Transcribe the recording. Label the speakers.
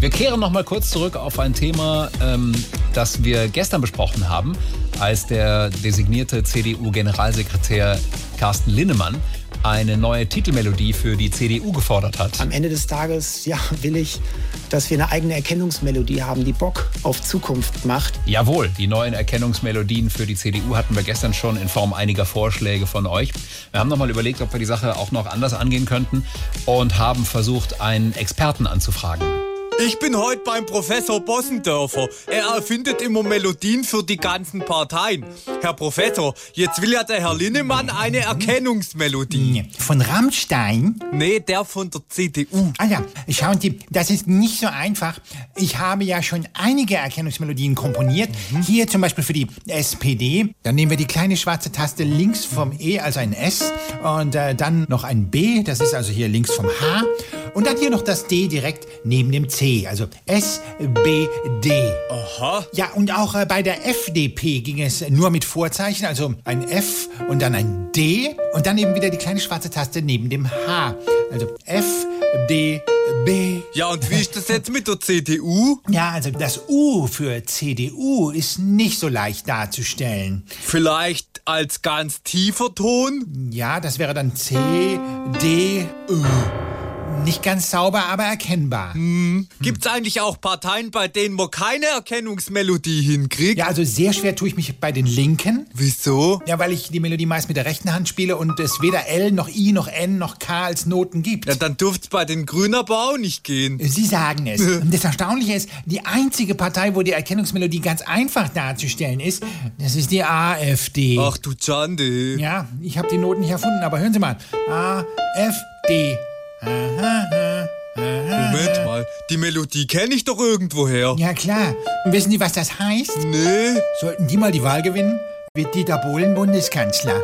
Speaker 1: Wir kehren noch mal kurz zurück auf ein Thema, ähm, das wir gestern besprochen haben, als der designierte CDU-Generalsekretär Carsten Linnemann eine neue Titelmelodie für die CDU gefordert hat.
Speaker 2: Am Ende des Tages ja, will ich, dass wir eine eigene Erkennungsmelodie haben, die Bock auf Zukunft macht.
Speaker 1: Jawohl, die neuen Erkennungsmelodien für die CDU hatten wir gestern schon in Form einiger Vorschläge von euch. Wir haben nochmal überlegt, ob wir die Sache auch noch anders angehen könnten und haben versucht, einen Experten anzufragen.
Speaker 3: Ich bin heute beim Professor Bossendörfer. Er erfindet immer Melodien für die ganzen Parteien. Herr Professor, jetzt will ja der Herr Linnemann eine Erkennungsmelodie.
Speaker 4: Von Rammstein?
Speaker 3: Nee, der von der CDU.
Speaker 4: Ah ja, schauen Sie, das ist nicht so einfach. Ich habe ja schon einige Erkennungsmelodien komponiert. Hier zum Beispiel für die SPD. Dann nehmen wir die kleine schwarze Taste links vom E, also ein S. Und äh, dann noch ein B, das ist also hier links vom H. Und dann hier noch das D direkt neben dem C, also S, B, D.
Speaker 3: Aha.
Speaker 4: Ja, und auch äh, bei der FDP ging es nur mit Vorzeichen, also ein F und dann ein D und dann eben wieder die kleine schwarze Taste neben dem H. Also F, D, B.
Speaker 3: Ja, und wie ist das jetzt mit der CDU?
Speaker 4: Ja, also das U für CDU ist nicht so leicht darzustellen.
Speaker 3: Vielleicht als ganz tiefer Ton?
Speaker 4: Ja, das wäre dann C, D, U. Nicht ganz sauber, aber erkennbar.
Speaker 3: Gibt's eigentlich auch Parteien, bei denen man keine Erkennungsmelodie hinkriegt?
Speaker 4: Ja, also sehr schwer tue ich mich bei den Linken.
Speaker 3: Wieso?
Speaker 4: Ja, weil ich die Melodie meist mit der rechten Hand spiele und es weder L noch I noch N noch K als Noten gibt.
Speaker 3: Ja, dann dürft's bei den Grünen aber auch nicht gehen.
Speaker 4: Sie sagen es. Und das Erstaunliche ist, die einzige Partei, wo die Erkennungsmelodie ganz einfach darzustellen ist, das ist die AfD.
Speaker 3: Ach du Schande.
Speaker 4: Ja, ich habe die Noten nicht erfunden, aber hören Sie mal. A, F, D.
Speaker 3: Moment mal, die Melodie kenne ich doch irgendwoher.
Speaker 4: Ja klar. Und wissen Sie, was das heißt?
Speaker 3: Nee.
Speaker 4: Sollten die mal die Wahl gewinnen, wird Dieter Bohlen Bundeskanzler.